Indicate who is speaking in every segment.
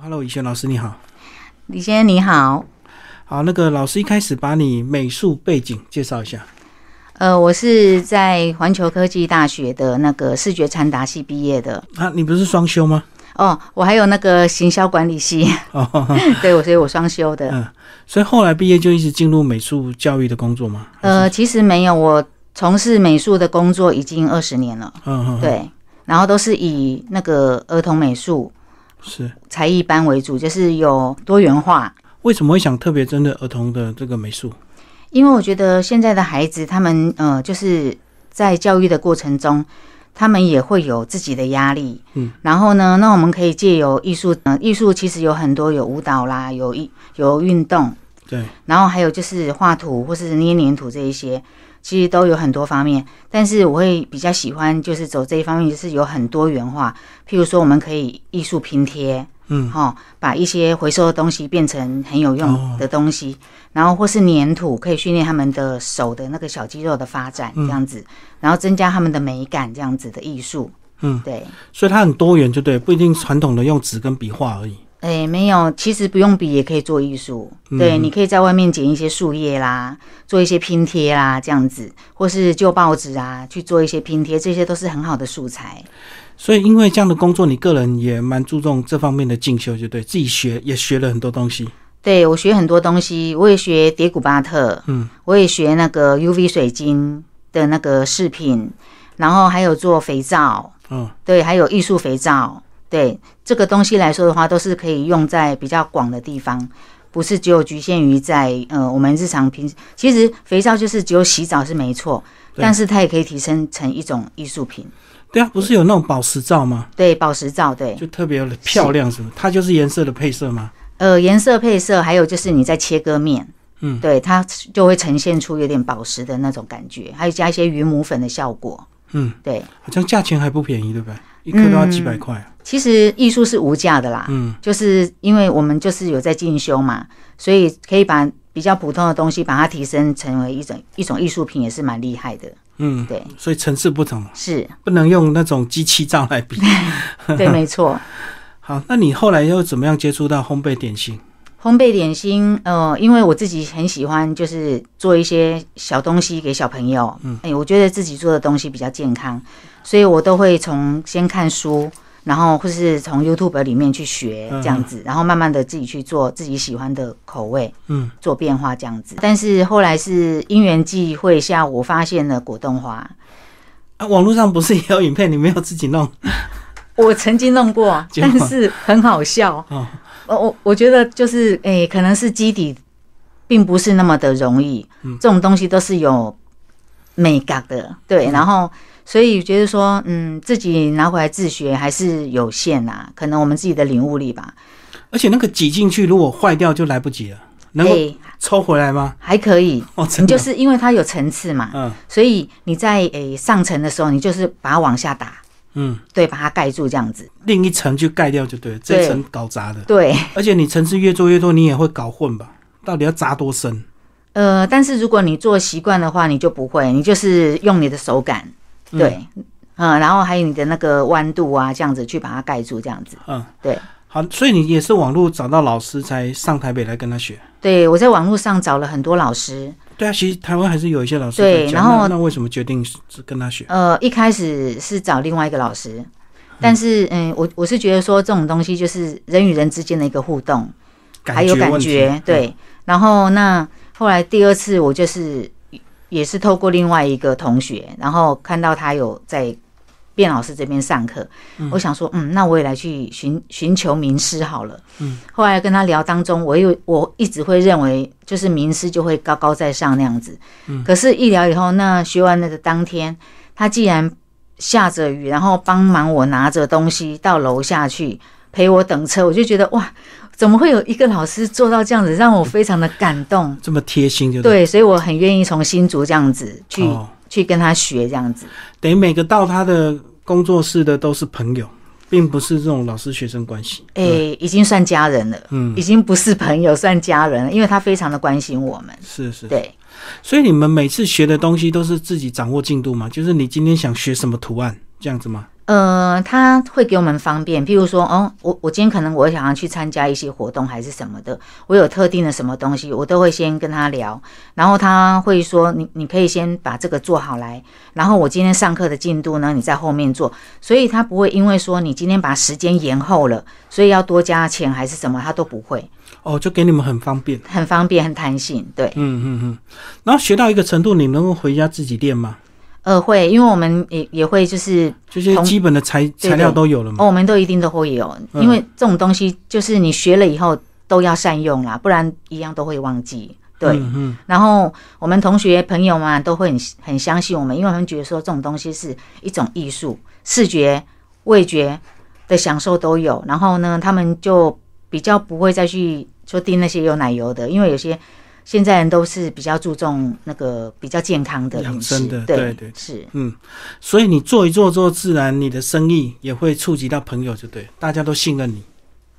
Speaker 1: Hello，以轩老师你好。
Speaker 2: 李先生你好，
Speaker 1: 好，那个老师一开始把你美术背景介绍一下。
Speaker 2: 呃，我是在环球科技大学的那个视觉传达系毕业的
Speaker 1: 啊，你不是双修吗？
Speaker 2: 哦，我还有那个行销管理系，
Speaker 1: 哦，
Speaker 2: 对，我所以我双修的。
Speaker 1: 嗯，所以后来毕业就一直进入美术教育的工作吗？
Speaker 2: 呃，其实没有，我从事美术的工作已经二十年了，
Speaker 1: 嗯嗯，，
Speaker 2: 对，然后都是以那个儿童美术
Speaker 1: 是。
Speaker 2: 才艺班为主，就是有多元化。
Speaker 1: 为什么会想特别针对儿童的这个美术？
Speaker 2: 因为我觉得现在的孩子，他们呃，就是在教育的过程中，他们也会有自己的压力。
Speaker 1: 嗯，
Speaker 2: 然后呢，那我们可以借由艺术，呃，艺术其实有很多，有舞蹈啦，有艺有运动，
Speaker 1: 对，
Speaker 2: 然后还有就是画图或是捏黏土这一些，其实都有很多方面。但是我会比较喜欢就是走这一方面，就是有很多元化。譬如说，我们可以艺术拼贴，
Speaker 1: 嗯，
Speaker 2: 哈、把一些回收的东西变成很有
Speaker 1: 哦
Speaker 2: 用的东西，然后或是粘土，可以训练他们的手的那个小肌肉的发展，
Speaker 1: 嗯
Speaker 2: 这样子，然后增加他们的美感，这样子的艺术。
Speaker 1: 嗯，
Speaker 2: 对，
Speaker 1: 所以它很多元，就对，不一定传统的用纸跟笔画而已。
Speaker 2: 诶，哎没有，其实不用笔也可以做艺术。
Speaker 1: 嗯
Speaker 2: 对，你可以在外面捡一些树叶啦，做一些拼贴啦，这样子，或是旧报纸啊，去做一些拼贴，这些都是很好的素材。
Speaker 1: 所以因为这样的工作，你个人也蛮注重这方面的进修，就对自己学也学了很多东西。
Speaker 2: 对我学很多东西，我也学蝶古巴特，
Speaker 1: 嗯，
Speaker 2: 我也学那个 UV 水晶的那个饰品，然后还有做肥皂，
Speaker 1: 嗯，
Speaker 2: 对，还有艺术肥皂，对这个东西来说的话，都是可以用在比较广的地方，不是只有局限于在呃我们日常平。其实肥皂就是只有洗澡是没错，
Speaker 1: 对
Speaker 2: 但是它也可以提升成一种艺术品，
Speaker 1: 对啊，不是有那种宝石皂吗？
Speaker 2: 对，宝石皂，对，
Speaker 1: 就特别漂亮，什么？它就是颜色的配色吗？
Speaker 2: 呃，颜色配色，还有就是你在切割面，
Speaker 1: 嗯
Speaker 2: 对，它就会呈现出有点宝石的那种感觉，还有加一些云母粉的效果。
Speaker 1: 嗯，
Speaker 2: 对，
Speaker 1: 好像价钱还不便宜，对不对？一颗都要几百块啊。
Speaker 2: 其实艺术是无价的啦，
Speaker 1: 嗯，
Speaker 2: 就是因为我们就是有在进修嘛，所以可以把比较普通的东西把它提升成为一种一种艺术品，也是蛮厉害的。
Speaker 1: 嗯，
Speaker 2: 对，
Speaker 1: 所以层次不同，
Speaker 2: 是
Speaker 1: 不能用那种机器皂来比。
Speaker 2: 嗯对，没错。
Speaker 1: 好，那你后来又怎么样接触到烘焙点心？
Speaker 2: 烘焙点心，呃，因为我自己很喜欢，就是做一些小东西给小朋友。嗯，哎、我觉得自己做的东西比较健康，所以我都会从先看书，然后或是从 YouTube 里面去学
Speaker 1: 嗯
Speaker 2: 这样子，然后慢慢的自己去做自己喜欢的口味，
Speaker 1: 嗯，
Speaker 2: 做变化这样子。但是后来是因缘际会下，我发现了果冻花，
Speaker 1: 啊，网络上不是也有影片，你没有自己弄
Speaker 2: 我曾经 弄过，
Speaker 1: 结果
Speaker 2: 但是很好笑。
Speaker 1: 哦？
Speaker 2: 我我我觉得就是诶、可能是基底并不是那么的容易，
Speaker 1: 嗯
Speaker 2: 这种东西都是有美感的，对，
Speaker 1: 嗯
Speaker 2: 然后。所以觉得说，嗯，自己拿回来自学还是有限啦、可能我们自己的领悟力吧。
Speaker 1: 而且那个挤进去，如果坏掉就来不及了，能够
Speaker 2: 诶
Speaker 1: 抽回来吗？
Speaker 2: 还可以，
Speaker 1: 哦，
Speaker 2: 你
Speaker 1: 真的
Speaker 2: 就
Speaker 1: 哦，
Speaker 2: 是因为它有层次嘛，
Speaker 1: 嗯
Speaker 2: 所以你在诶、上层的时候，你就是把它往下打，
Speaker 1: 嗯，
Speaker 2: 对，把它盖住这样子，
Speaker 1: 另一层就盖掉就对了，这一层搞砸的。
Speaker 2: 对。
Speaker 1: 而且你层次越做越多，你也会搞混吧？到底要砸多深？
Speaker 2: 呃，但是如果你做习惯的话，你就不会，你就是用你的手感，
Speaker 1: 嗯
Speaker 2: 对，嗯、然后还有你的那个弯度啊，这样子去把它盖住，这样子。
Speaker 1: 嗯，
Speaker 2: 对。
Speaker 1: 好，所以你也是网络找到老师才上台北来跟他学。
Speaker 2: 对我在网络上找了很多老师，对
Speaker 1: 对啊，其实台湾还是有一些老师
Speaker 2: 对
Speaker 1: 在教
Speaker 2: 然后
Speaker 1: 那那为什么决定是跟他学？
Speaker 2: 呃，一开始是找另外一个老师，但是嗯，我我是觉得说这种东西就是人与人之间的一个互动，还有感
Speaker 1: 问题嗯
Speaker 2: 觉，，嗯对。然后那后来第二次我就是也是透过另外一个同学，然后看到他有在卞老师这边上课，我想说，嗯，那我也来去寻寻求名师好了。
Speaker 1: 嗯，
Speaker 2: 后来跟他聊当中，我又我一直会认为就是名师就会高高在上那样子，嗯，可是，一聊以后，那学完了的当天，他既然下着雨，然后帮忙我拿着东西到楼下去陪我等车，我就觉得哇，怎么会有一个老师做到这样子，让我非常的感动。
Speaker 1: 这么贴心就
Speaker 2: 对，所以我很愿意从新竹这样子去、
Speaker 1: 哦，
Speaker 2: 去跟他学这样子。
Speaker 1: 等于每个到他的工作室的都是朋友，并不是这种老师学生关系。
Speaker 2: 诶、哎已经算家人了，
Speaker 1: 嗯，
Speaker 2: 已经不是朋友，算家人了，因为他非常的关心我们。
Speaker 1: 是是。
Speaker 2: 对，
Speaker 1: 所以你们每次学的东西都是自己掌握进度嘛？就是你今天想学什么图案这样子吗？
Speaker 2: 呃，他会给我们方便，譬如说，哦，我我今天可能我想要去参加一些活动还是什么的，我有特定的什么东西，我都会先跟他聊，然后他会说，你你可以先把这个做好来，然后我今天上课的进度呢，你在后面做，所以他不会因为说你今天把时间延后了，所以要多加钱还是什么，他都不会，
Speaker 1: 哦，就给你们很方便。
Speaker 2: 很方便，很弹性，对，
Speaker 1: 嗯嗯嗯。然后学到一个程度，你能够回家自己练吗？
Speaker 2: 呃，会，因为我们也也会就是
Speaker 1: 这些
Speaker 2: 同
Speaker 1: 基本的材
Speaker 2: 对
Speaker 1: 材料都有了嘛。
Speaker 2: 哦，我们都一定都会有，
Speaker 1: 嗯
Speaker 2: 因为这种东西就是你学了以后都要善用啦，不然一样都会忘记。对，
Speaker 1: 嗯嗯，
Speaker 2: 然后我们同学朋友嘛都会很很相信我们，因为他们觉得说这种东西是一种艺术，视觉、味觉的享受都有。然后呢，他们就比较不会再去说订那些有奶油的，因为有些现在人都是比较注重那个比较健康的
Speaker 1: 养
Speaker 2: 饮
Speaker 1: 生
Speaker 2: 食，
Speaker 1: 的对对
Speaker 2: 是。
Speaker 1: 所以你做一做之后，自然你的生意也会触及到朋友，就对，大家都信任你，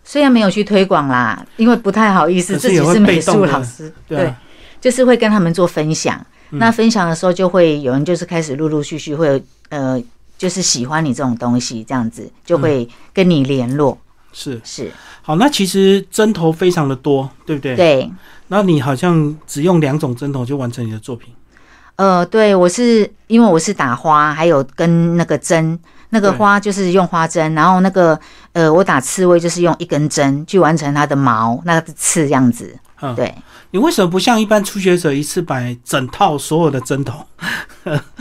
Speaker 2: 虽然没有去推广啦，因为不太好意思，
Speaker 1: 可
Speaker 2: 自
Speaker 1: 是
Speaker 2: 己
Speaker 1: 也会
Speaker 2: 是美
Speaker 1: 被动
Speaker 2: 术
Speaker 1: 的
Speaker 2: 老师，
Speaker 1: 对啊，
Speaker 2: 就是会跟他们做分享。
Speaker 1: 嗯
Speaker 2: 那分享的时候，就会有人就是开始陆陆续续会有呃，就是喜欢你这种东西，这样子就会跟你联络。
Speaker 1: 是
Speaker 2: 是
Speaker 1: 好。那其实针头非常的多，对不对？。
Speaker 2: 对，
Speaker 1: 那你好像只用两种针头就完成你的作品，
Speaker 2: 呃，对我是因为我是打花，还有跟那个针，那个
Speaker 1: 对
Speaker 2: 花就是用花针，然后那个呃，我打刺猬就是用一根针去完成它的毛，那个刺这样子。
Speaker 1: 嗯，
Speaker 2: 对，
Speaker 1: 你为什么不像一般初学者一次买整套所有的针头？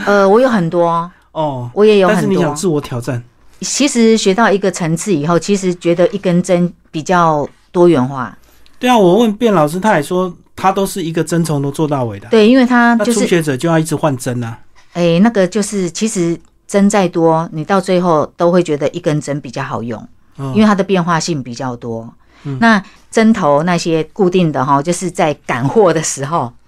Speaker 2: 呃，我有很多，
Speaker 1: 哦，
Speaker 2: 我也有很
Speaker 1: 但
Speaker 2: 多。
Speaker 1: 是你想自我挑战，
Speaker 2: 其实学到一个层次以后，其实觉得一根针比较多元化，
Speaker 1: 对啊，我问卞老师，他也说他都是一个针从头做到尾的，啊
Speaker 2: 对，因为它
Speaker 1: 那
Speaker 2: 就
Speaker 1: 初
Speaker 2: 是，
Speaker 1: 学者就要一直换针啊。
Speaker 2: 哎，那个就是，其实针再多，你到最后都会觉得一根针比较好用，
Speaker 1: 嗯
Speaker 2: 因为它的变化性比较多。那针头那些固定的哈，就是在赶货的时候。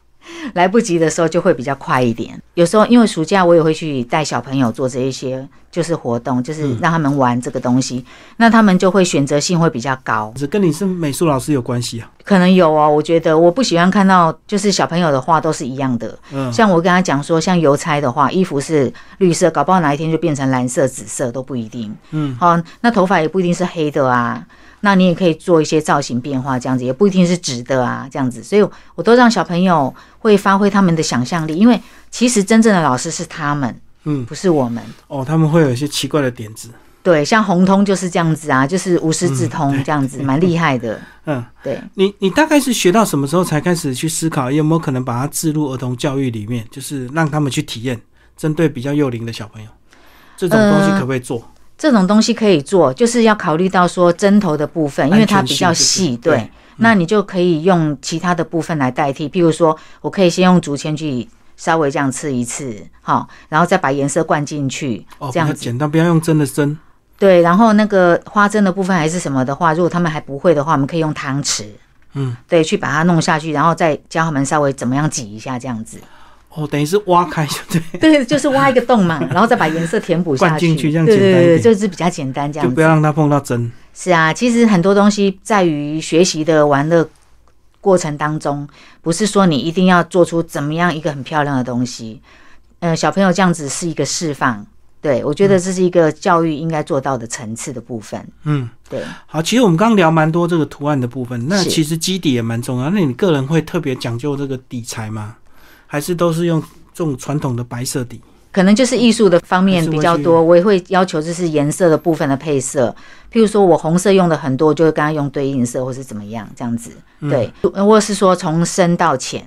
Speaker 2: 来不及的时候就会比较快一点。有时候因为暑假我也会去带小朋友做这一些就是活动，
Speaker 1: 嗯
Speaker 2: 就是让他们玩这个东西，那他们就会选择性会比较高。
Speaker 1: 这跟你是美术老师有关系啊。
Speaker 2: 可能有哦，我觉得我不喜欢看到就是小朋友的画都是一样的。
Speaker 1: 嗯，
Speaker 2: 像我跟他讲说，像邮差的话，衣服是绿色，搞不好哪一天就变成蓝色、紫色都不一定。
Speaker 1: 嗯，
Speaker 2: 好、那头发也不一定是黑的啊。那你也可以做一些造型变化，这样子也不一定是直的啊，这样子。所以我都让小朋友会发挥他们的想象力，因为其实真正的老师是他们，
Speaker 1: 嗯，
Speaker 2: 不是我们。
Speaker 1: 哦，他们会有一些奇怪的点子。
Speaker 2: 对，像红通就是这样子啊，就是无师自通这样子，蛮厉害的。
Speaker 1: 嗯，
Speaker 2: 对，
Speaker 1: 你你大概是学到什么时候才开始去思考，有没有可能把它置入儿童教育里面，就是让他们去体验，针对比较幼龄的小朋友，这种东西
Speaker 2: 呃
Speaker 1: 可不可以做？
Speaker 2: 这种东西可以做，就是要考虑到说针头的部分，因为它比较细，
Speaker 1: 安全性就是
Speaker 2: 对，那你就可以用其他的部分来代替。譬如说，我可以先用竹签去稍微这样刺一刺，好，然后再把颜色灌进去，
Speaker 1: 哦，比
Speaker 2: 呃这样
Speaker 1: 较
Speaker 2: 子。
Speaker 1: 简单，不要用针的针。
Speaker 2: 对，然后那个花针的部分还是什么的话，如果他们还不会的话，我们可以用汤匙，
Speaker 1: 嗯，
Speaker 2: 对，去把它弄下去，然后再教他们稍微怎么样挤一下，这 样子。
Speaker 1: 哦，等于是挖 开，就对，
Speaker 2: 对，就是挖一个洞嘛，然后再把颜色填补下
Speaker 1: 灌进去这样
Speaker 2: 对
Speaker 1: 简
Speaker 2: 对
Speaker 1: 单一
Speaker 2: 对，
Speaker 1: 点
Speaker 2: 就是比较简单这样
Speaker 1: 就
Speaker 2: 子。
Speaker 1: 不要让他碰到针。
Speaker 2: 是啊，其实很多东西在于学习的玩乐过程当中，不是说你一定要做出怎么样一个很漂亮的东西。呃，小朋友这样子是一个释放，对我觉得这是一个教育应该做到的层次的部分。
Speaker 1: 嗯，
Speaker 2: 对，
Speaker 1: 好，其实我们刚刚聊蛮多这个图案的部分，那
Speaker 2: 是
Speaker 1: 其实基底也蛮重要。那你个人会特别讲究这个底材吗？还是都是用这种传统的白色底？
Speaker 2: 可能就是艺术的方面比较
Speaker 1: 还
Speaker 2: 多，我也会要求就是颜色的部分的配色，譬如说我红色用的很多，就会跟它用对应色或是怎么样这样子。对，或是说从深到浅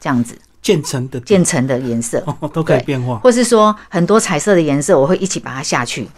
Speaker 2: 这样子
Speaker 1: 渐层的底
Speaker 2: 渐层的颜色。
Speaker 1: 哦，都可以
Speaker 2: 对
Speaker 1: 变化。
Speaker 2: 或是说很多彩色的颜色，我会一起把它下去，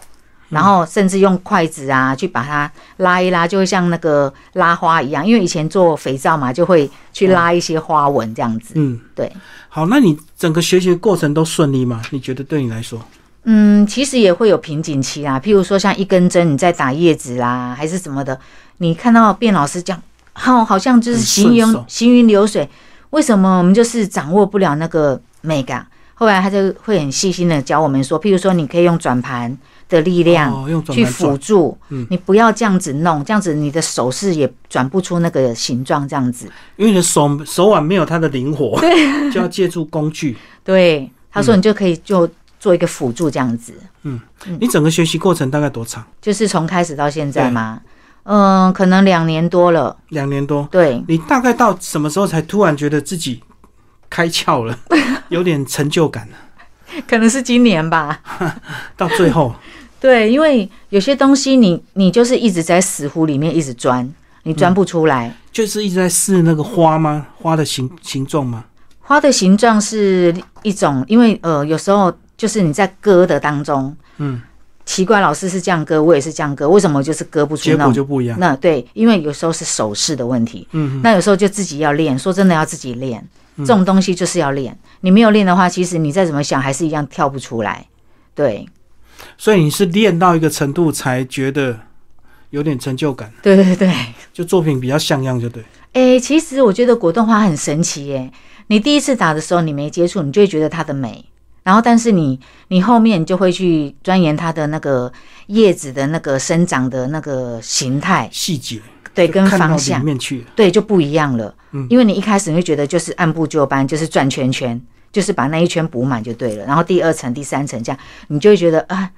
Speaker 2: 然后甚至用筷子啊去把它拉一拉，就会像那个拉花一样。因为以前做肥皂嘛，就会去拉一些花纹这样子。
Speaker 1: 嗯，
Speaker 2: 对，
Speaker 1: 好，那你整个学习的过程都顺利吗？你觉得对你来说？
Speaker 2: 嗯，其实也会有瓶颈期啦。譬如说像一根针，你在打叶子啦，还是什么的，你看到卞老师讲，好、好像就是
Speaker 1: 很
Speaker 2: 行
Speaker 1: 顺
Speaker 2: 云
Speaker 1: 手
Speaker 2: 行云流水，为什么我们就是掌握不了那个美感？后来他就会很细心的教我们说，譬如说你可以用转盘的力量。
Speaker 1: 哦，用转
Speaker 2: 去
Speaker 1: 盘
Speaker 2: 辅
Speaker 1: 转，
Speaker 2: 助，
Speaker 1: 嗯
Speaker 2: 你不要这样子弄，这样子你的手势也转不出那个形状，这样子。
Speaker 1: 因为你的手手腕没有它的灵活，对，就要借助工具。
Speaker 2: 对，他说你就可以就做一个辅助这样子。
Speaker 1: 你整个学习过程大概多长？
Speaker 2: 就是从开始到现在嘛，嗯，可能两年多了。
Speaker 1: 两年多。
Speaker 2: 对，
Speaker 1: 你大概到什么时候才突然觉得自己开窍 了，有点成就感了？
Speaker 2: 可能是今年吧。
Speaker 1: 到最后，
Speaker 2: 对，因为有些东西你你就是一直在死湖里面一直钻，你钻不出来。
Speaker 1: 就是一直在试那个花吗？花的形形状吗？
Speaker 2: 花的形状是一种，因为呃，有时候就是你在割的当中，
Speaker 1: 嗯，
Speaker 2: 奇怪，老师是这样割，我也是这样割，为什么我就是割不出
Speaker 1: 结
Speaker 2: 那
Speaker 1: 果
Speaker 2: 种？
Speaker 1: 就不一样。
Speaker 2: 那对，因为有时候是手势的问题，
Speaker 1: 嗯，
Speaker 2: 那有时候就自己要练。说真的，要自己练，这种东西就是要练。你没有练的话，其实你再怎么想，还是一样跳不出来。对，
Speaker 1: 所以你是练到一个程度才觉得有点成就感，
Speaker 2: 对对对。
Speaker 1: 就作品比较像样，就对。
Speaker 2: 哎、其实我觉得果冻花很神奇耶、你第一次打的时候，你没接触，你就会觉得它的美。然后，但是你你后面你就会去钻研它的那个叶子的那个生长的那个形态，
Speaker 1: 细节
Speaker 2: 对，
Speaker 1: 就
Speaker 2: 跟
Speaker 1: 看到
Speaker 2: 方
Speaker 1: 里
Speaker 2: 向，
Speaker 1: 面去了。
Speaker 2: 对，就不一样了。
Speaker 1: 嗯
Speaker 2: 因为你一开始你会觉得就是按部就班，就是转圈圈，就是把那一圈补满就对了。然后第二层、第三层这样，你就会觉得啊，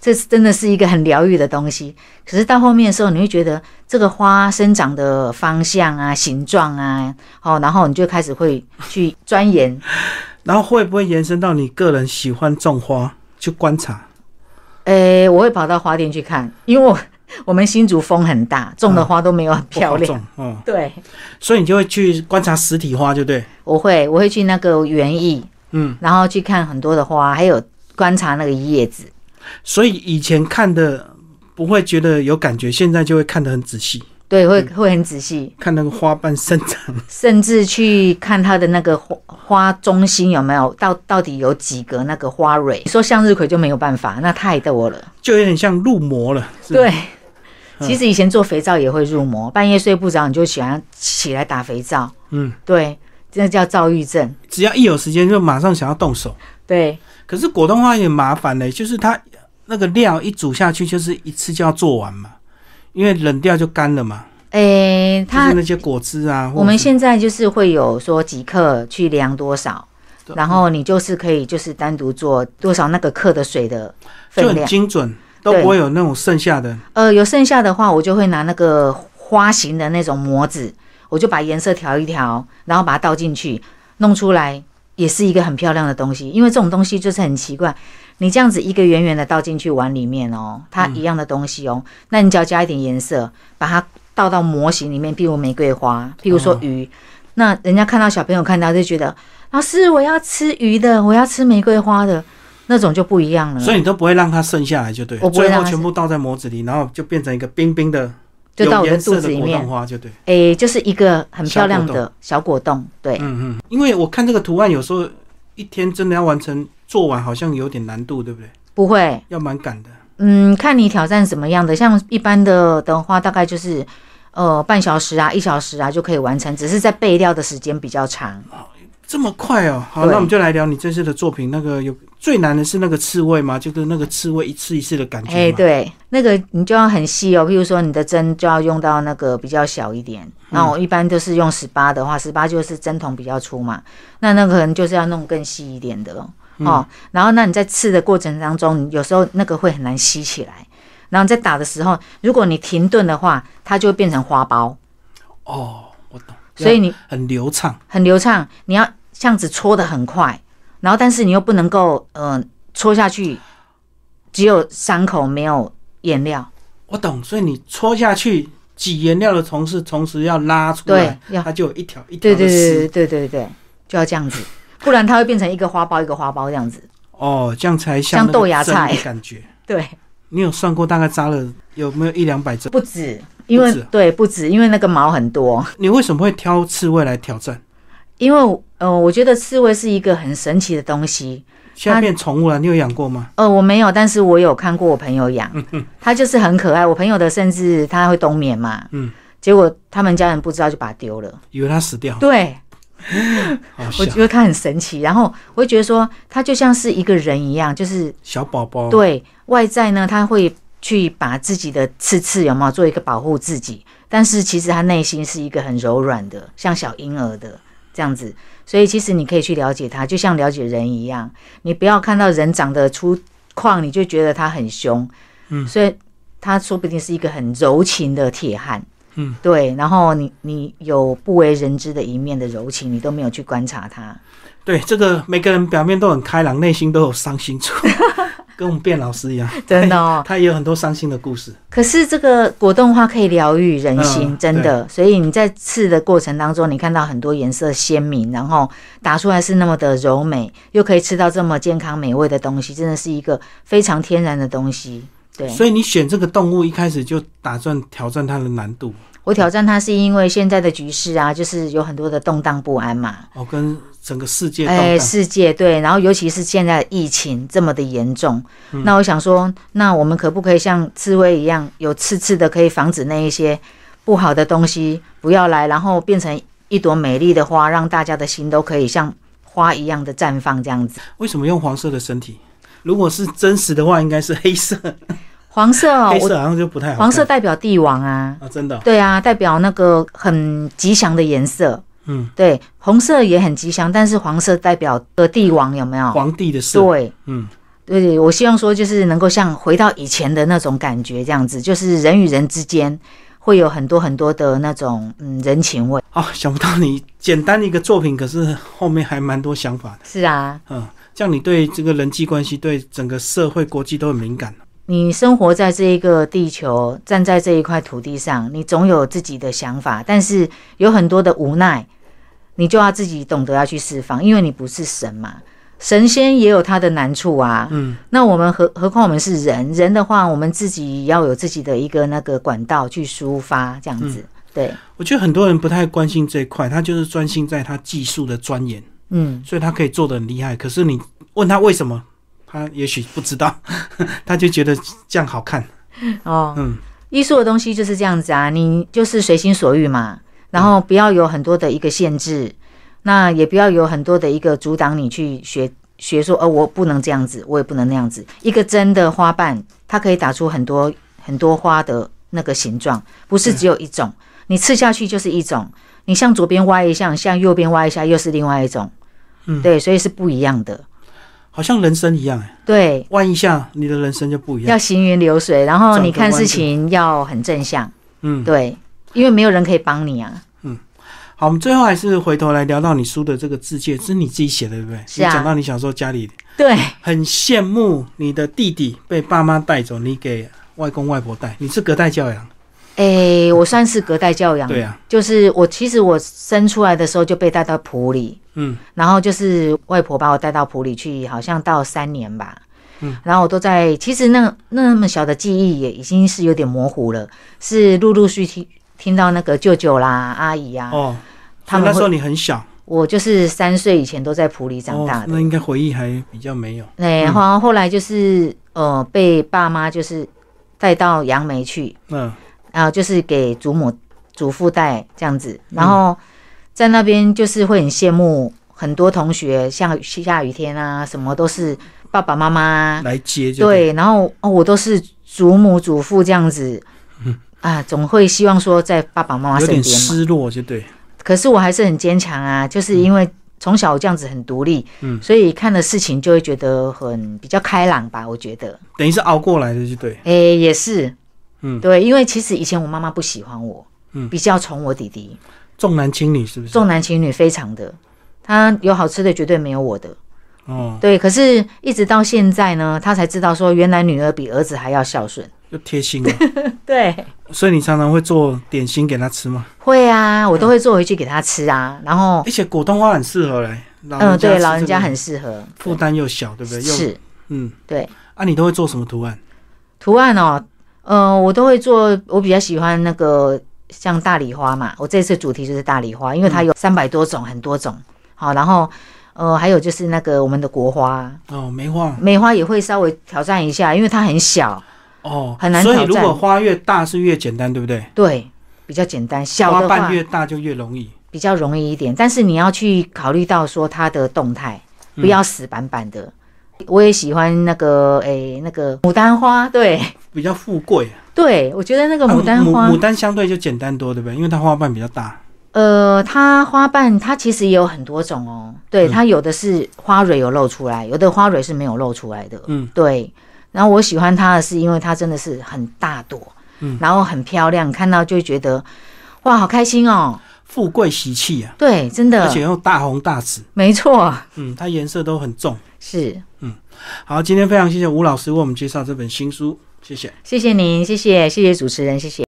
Speaker 2: 这是真的是一个很疗愈的东西。可是到后面的时候，你会觉得这个花生长的方向啊、形状啊，哦，然后你就开始会去钻研。
Speaker 1: 然后会不会延伸到你个人喜欢种花去观察？
Speaker 2: 诶，我会跑到花店去看，因为我我们新竹风很大，种的花都没有很
Speaker 1: 不
Speaker 2: 漂
Speaker 1: 好
Speaker 2: 亮。
Speaker 1: 种哦，
Speaker 2: 对，
Speaker 1: 所以你就会去观察实体花，就对。
Speaker 2: 我会我会去那个园艺，
Speaker 1: 嗯，
Speaker 2: 然后去看很多的花，还有观察那个叶子。
Speaker 1: 所以以前看的不会觉得有感觉，现在就会看得很仔细，
Speaker 2: 对，
Speaker 1: 嗯
Speaker 2: 会会很仔细，
Speaker 1: 看那个花瓣生长。
Speaker 2: 甚至去看它的那个花花中心有没有到到底有几个那个花蕊。你说向日葵就没有办法，那太多了。
Speaker 1: 就有点像入魔了。是嗯吧，
Speaker 2: 对，其实以前做肥皂也会入魔，半夜睡不着你就喜欢起来打肥皂，
Speaker 1: 嗯，
Speaker 2: 对，这叫躁郁症。
Speaker 1: 只要一有时间就马上想要动手。
Speaker 2: 对，
Speaker 1: 可是果冻花也麻烦嘞、就是它那个料一煮下去，就是一次就要做完嘛，因为冷掉就干了嘛，
Speaker 2: 诶，
Speaker 1: 就
Speaker 2: 它
Speaker 1: 是那些果汁啊。
Speaker 2: 我们现在就是会有说几克去量多少，
Speaker 1: 对
Speaker 2: 然后你就是可以就是单独做多少那个克的水的
Speaker 1: 在就
Speaker 2: 分
Speaker 1: 很
Speaker 2: 量。
Speaker 1: 精准，都不会有那种剩下的。
Speaker 2: 呃，有剩下的话，我就会拿那个花形的那种模子，我就把颜色调一调，然后把它倒进去，弄出来也是一个很漂亮的东西。因为这种东西就是很奇怪，你这样子一个圆圆的倒进去碗里面哦，它一样的东西哦， 那你只要加一点颜色，把它倒到模型里面，譬如玫瑰花，譬如说
Speaker 1: 哦
Speaker 2: 鱼，那人家看到小朋友看到就觉得，老师我要吃鱼的，我要吃玫瑰花的，那种就不一样了。
Speaker 1: 所以你都不会让它剩下来，就对。
Speaker 2: 我不会
Speaker 1: 最
Speaker 2: 让
Speaker 1: 后
Speaker 2: 它
Speaker 1: 全部倒在模子里，然后就变成一个冰冰的、
Speaker 2: 就
Speaker 1: 有
Speaker 2: 到我的
Speaker 1: 颜
Speaker 2: 肚
Speaker 1: 色
Speaker 2: 子
Speaker 1: 的
Speaker 2: 里
Speaker 1: 果
Speaker 2: 面
Speaker 1: 冻，花，就对。
Speaker 2: 诶，就是一个很漂亮的小果冻，对，
Speaker 1: 嗯嗯，因为我看这个图案，有时候一天真的要完成做完，好像有点难度，对不对？
Speaker 2: 不会，
Speaker 1: 要蛮赶的。
Speaker 2: 嗯，看你挑战什么样的，像一般的的话，大概就是呃半小时啊、一小时啊就可以完成，只是在备料的时间比较长。
Speaker 1: 这么快哦！好，
Speaker 2: 对
Speaker 1: 那我们就来聊你这次的作品。那个有最难的是那个刺猬吗？就是那个刺猬一次一次的感觉。
Speaker 2: 哎，。对，那个你就要很细哦，譬如说你的针就要用到那个比较小一点，那我一般都是用十八的话，十八就是针筒比较粗嘛，那那个可能就是要弄更细一点的哦。哦，然后那你在刺的过程当中，你有时候那个会很难吸起来，然后你在打的时候，如果你停顿的话，它就会变成花苞，
Speaker 1: 哦，我懂。
Speaker 2: 所以你
Speaker 1: 很流畅，
Speaker 2: 很流畅，你要这样子搓的很快，然后但是你又不能够，嗯、搓下去只有伤口没有颜料，
Speaker 1: 我懂。所以你戳下去挤颜料的同时，同时要拉出
Speaker 2: 对
Speaker 1: 来，，
Speaker 2: 要
Speaker 1: 它就有一条一条
Speaker 2: 对
Speaker 1: 的
Speaker 2: 对
Speaker 1: 丝。
Speaker 2: 对对对对对，就要这样子，不然它会变成一个花苞一个花苞这样子。
Speaker 1: 哦，这样才
Speaker 2: 像
Speaker 1: 那个
Speaker 2: 豆芽菜
Speaker 1: 针的感觉。
Speaker 2: 对，
Speaker 1: 你有算过大概扎了有没有一两百针？
Speaker 2: 不止，因为
Speaker 1: 不止啊
Speaker 2: 对不止，因为那个毛很多。
Speaker 1: 你为什么会挑刺猬来挑战？
Speaker 2: 因为呃，我觉得刺猬是一个很神奇的东西。
Speaker 1: 现在变宠物了，你有养过吗？
Speaker 2: 呃，我没有，但是我有看过我朋友养，它就是很可爱。我朋友的甚至它会冬眠嘛，
Speaker 1: 嗯，
Speaker 2: 结果他们家人不知道就把它丢了。
Speaker 1: 以为它死掉，
Speaker 2: 对，
Speaker 1: 好
Speaker 2: 我
Speaker 1: 小
Speaker 2: 觉得它很神奇。然后我会觉得说，它就像是一个人一样，就是
Speaker 1: 小宝宝。
Speaker 2: 对外在呢，他会去把自己的刺刺有没有做一个保护自己，但是其实他内心是一个很柔软的，像小婴儿的这样子。所以其实你可以去了解他，就像了解人一样，你不要看到人长得粗犷，你就觉得他很凶。
Speaker 1: 嗯
Speaker 2: 所以他说不定是一个很柔情的铁汉。
Speaker 1: 嗯，
Speaker 2: 对。然后你你有不为人知的一面的柔情，你都没有去观察 他。
Speaker 1: 对，这个每个人表面都很开朗，内心都有伤心 处，跟我们卞老师一样，
Speaker 2: 真的哦，
Speaker 1: 他也有很多伤心的故事。
Speaker 2: 可是这个果冻花可以疗愈人心，
Speaker 1: 嗯
Speaker 2: 真的。所以你在刺的过程当中，你看到很多颜色鲜明，然后打出来是那么的柔美，又可以吃到这么健康美味的东西，真的是一个非常天然的东西。对
Speaker 1: 所以你选这个动物一开始就打算挑战它的难度，
Speaker 2: 我挑战它，是因为现在的局势啊，就是有很多的动荡不安嘛。
Speaker 1: 哦，跟整个世界动
Speaker 2: 哎，
Speaker 1: 荡。
Speaker 2: 世界对，然后尤其是现在疫情这么的严重，
Speaker 1: 嗯
Speaker 2: 那我想说，那我们可不可以像刺猬一样，有刺刺的，可以防止那一些不好的东西不要来，然后变成一朵美丽的花，让大家的心都可以像花一样的绽放这样子。
Speaker 1: 为什么用黄色的身体？如果是真实的话，应该是黑色，
Speaker 2: 黄色哦，
Speaker 1: 黑
Speaker 2: 我
Speaker 1: 色好像就不太好看。
Speaker 2: 黄色代表帝王啊，
Speaker 1: 啊，真的哦、
Speaker 2: 对啊，代表那个很吉祥的颜色。
Speaker 1: 嗯，
Speaker 2: 对，红色也很吉祥，但是黄色代表的帝王有没有？
Speaker 1: 皇帝的色，
Speaker 2: 对，
Speaker 1: 嗯，
Speaker 2: 对，我希望说就是能够像回到以前的那种感觉，这样子，就是人与人之间会有很多很多的那种嗯人情味。
Speaker 1: 哦，想不到你简单一个作品，可是后面还蛮多想法的，
Speaker 2: 是啊，
Speaker 1: 嗯，这样你对这个人际关系、对整个社会、国际都很敏感。
Speaker 2: 你生活在这一个地球，站在这一块土地上，你总有自己的想法，但是有很多的无奈，你就要自己懂得要去释放，因为你不是神嘛。神仙也有他的难处啊，
Speaker 1: 嗯，
Speaker 2: 那我们何何况我们是人，人的话，我们自己要有自己的一个那个管道去抒发，这样子，对，
Speaker 1: 我觉得很多人不太关心这一块，他就是专心在他技术的钻研，
Speaker 2: 嗯。
Speaker 1: 所以他可以做得很厉害。可是你问他为什么，他也许不知道， 他就觉得这样好看。
Speaker 2: 哦，
Speaker 1: 嗯，
Speaker 2: 艺术的东西就是这样子啊，你就是随心所欲嘛，然后不要有很多的一个限制，那也不要有很多的一个阻挡你去学学说，哦，我不能这样子，我也不能那样子。一个真的花瓣，它可以打出很多很多花的那个形状，不是只有一种，你刺下去就是一种，你向左边挖一下，向右边挖一下又是另外一种，
Speaker 1: 嗯
Speaker 2: 对，所以是不一样的，
Speaker 1: 好像人生一样、欸，
Speaker 2: 对，
Speaker 1: 弯一下，你的人生就不一样。
Speaker 2: 要行云流水，然后你看
Speaker 1: 转个弯
Speaker 2: 事情要很正向。
Speaker 1: 嗯，
Speaker 2: 对，因为没有人可以帮你啊。
Speaker 1: 好，我们最后还是回头来聊到你书的这个自介，这是你自己写的，对不对？
Speaker 2: 是啊
Speaker 1: 你讲到你小时候家里
Speaker 2: 对，
Speaker 1: 很羡慕你的弟弟被爸妈带走，你给外公外婆带，你是隔代教养，
Speaker 2: 诶，我算是隔代教养，
Speaker 1: 对啊，
Speaker 2: 就是我其实我生出来的时候就被带到埔里，
Speaker 1: 嗯，
Speaker 2: 然后就是外婆把我带到埔里去，好像到三年吧。
Speaker 1: 嗯，
Speaker 2: 然后我都在，其实那那么小的记忆也已经是有点模糊了，是陆陆续续听到那个舅舅啦、阿姨啊，
Speaker 1: 哦，
Speaker 2: 他
Speaker 1: 所以那
Speaker 2: 们会
Speaker 1: 时候你很小，
Speaker 2: 我就是三岁以前都在埔里长大
Speaker 1: 哦
Speaker 2: 的，，
Speaker 1: 那应该回忆还比较没有。
Speaker 2: 对，然后后来就是呃被爸妈就是带到杨梅去，
Speaker 1: 嗯，
Speaker 2: 然后呃就是给祖母、祖父带这样子，
Speaker 1: 嗯
Speaker 2: 然后在那边就是会很羡慕很多同学，像下雨天啊，什么都是爸爸妈妈啊
Speaker 1: 来接就
Speaker 2: 对，然后哦，我都是祖母、祖父这样子，啊，总会希望说在爸爸妈妈
Speaker 1: 嗯有
Speaker 2: 身
Speaker 1: 点
Speaker 2: 边嘛。
Speaker 1: 失落，就对。
Speaker 2: 可是我还是很坚强啊，就是因为从小我这样子很独立，
Speaker 1: 嗯
Speaker 2: 所以看的事情就会觉得很比较开朗吧，我觉得。
Speaker 1: 等于是熬过来的，就对。
Speaker 2: 诶、也是，
Speaker 1: 嗯
Speaker 2: 对，因为其实以前我妈妈不喜欢我，
Speaker 1: 嗯
Speaker 2: 比较宠我弟弟，
Speaker 1: 重男轻女是不是？
Speaker 2: 重男轻女非常的，她有好吃的绝对没有我的，
Speaker 1: 哦，
Speaker 2: 对，可是一直到现在呢，她才知道说原来女儿比儿子还要孝顺，
Speaker 1: 又贴心了。
Speaker 2: 对，
Speaker 1: 所以你常常会做点心给他吃吗？
Speaker 2: 会啊，我都会做回去给她吃啊，然后
Speaker 1: 而且果冻花很适合嘞，老人
Speaker 2: 嗯，
Speaker 1: 家吃这
Speaker 2: 对，
Speaker 1: 个
Speaker 2: 老人家很适合，
Speaker 1: 负担又小，对不对？又
Speaker 2: 是，
Speaker 1: 嗯，
Speaker 2: 对，
Speaker 1: 啊，你都会做什么图案？
Speaker 2: 图案哦，呃，我都会做，我比较喜欢那个像大理花嘛，我这次主题就是大理花，因
Speaker 1: 嗯
Speaker 2: 为它有三百多种，很多种，好，然后呃，还有就是那个我们的国花，
Speaker 1: 哦，梅花
Speaker 2: 梅花也会稍微挑战一下，因为它很小，
Speaker 1: 哦，
Speaker 2: 很难
Speaker 1: 所以
Speaker 2: 挑
Speaker 1: 如
Speaker 2: 战
Speaker 1: 果花越大是越简单，对不对？
Speaker 2: 对，比较简单，小
Speaker 1: 花
Speaker 2: 的
Speaker 1: 瓣
Speaker 2: 话
Speaker 1: 越大就越容易。
Speaker 2: 比较容易一点，但是你要去考虑到说它的动态，
Speaker 1: 嗯
Speaker 2: 不要死板板的。我也喜欢那个诶、那个牡丹花，对
Speaker 1: 比较富贵，
Speaker 2: 对，我觉得那个
Speaker 1: 啊
Speaker 2: 牡丹花，
Speaker 1: 牡牡丹相对就简单多，对不对？因为它花瓣比较大，
Speaker 2: 呃，它花瓣它其实也有很多种哦，
Speaker 1: 嗯
Speaker 2: 对，它有的是花蕊有露出来，有的花蕊是没有露出来的，
Speaker 1: 嗯，
Speaker 2: 对。然后我喜欢它的是因为它真的是很大朵，
Speaker 1: 嗯，
Speaker 2: 然后很漂亮，看到就会觉得哇，好开心哦，
Speaker 1: 富贵喜气啊，
Speaker 2: 对，真
Speaker 1: 而
Speaker 2: 的，
Speaker 1: 且又大红大紫，
Speaker 2: 没错，
Speaker 1: 嗯，它颜色都很重。
Speaker 2: 是，
Speaker 1: 好，今天非常谢谢吴老师为我们介绍这本新书，谢谢。
Speaker 2: 谢谢您，谢谢，谢谢主持人，谢谢。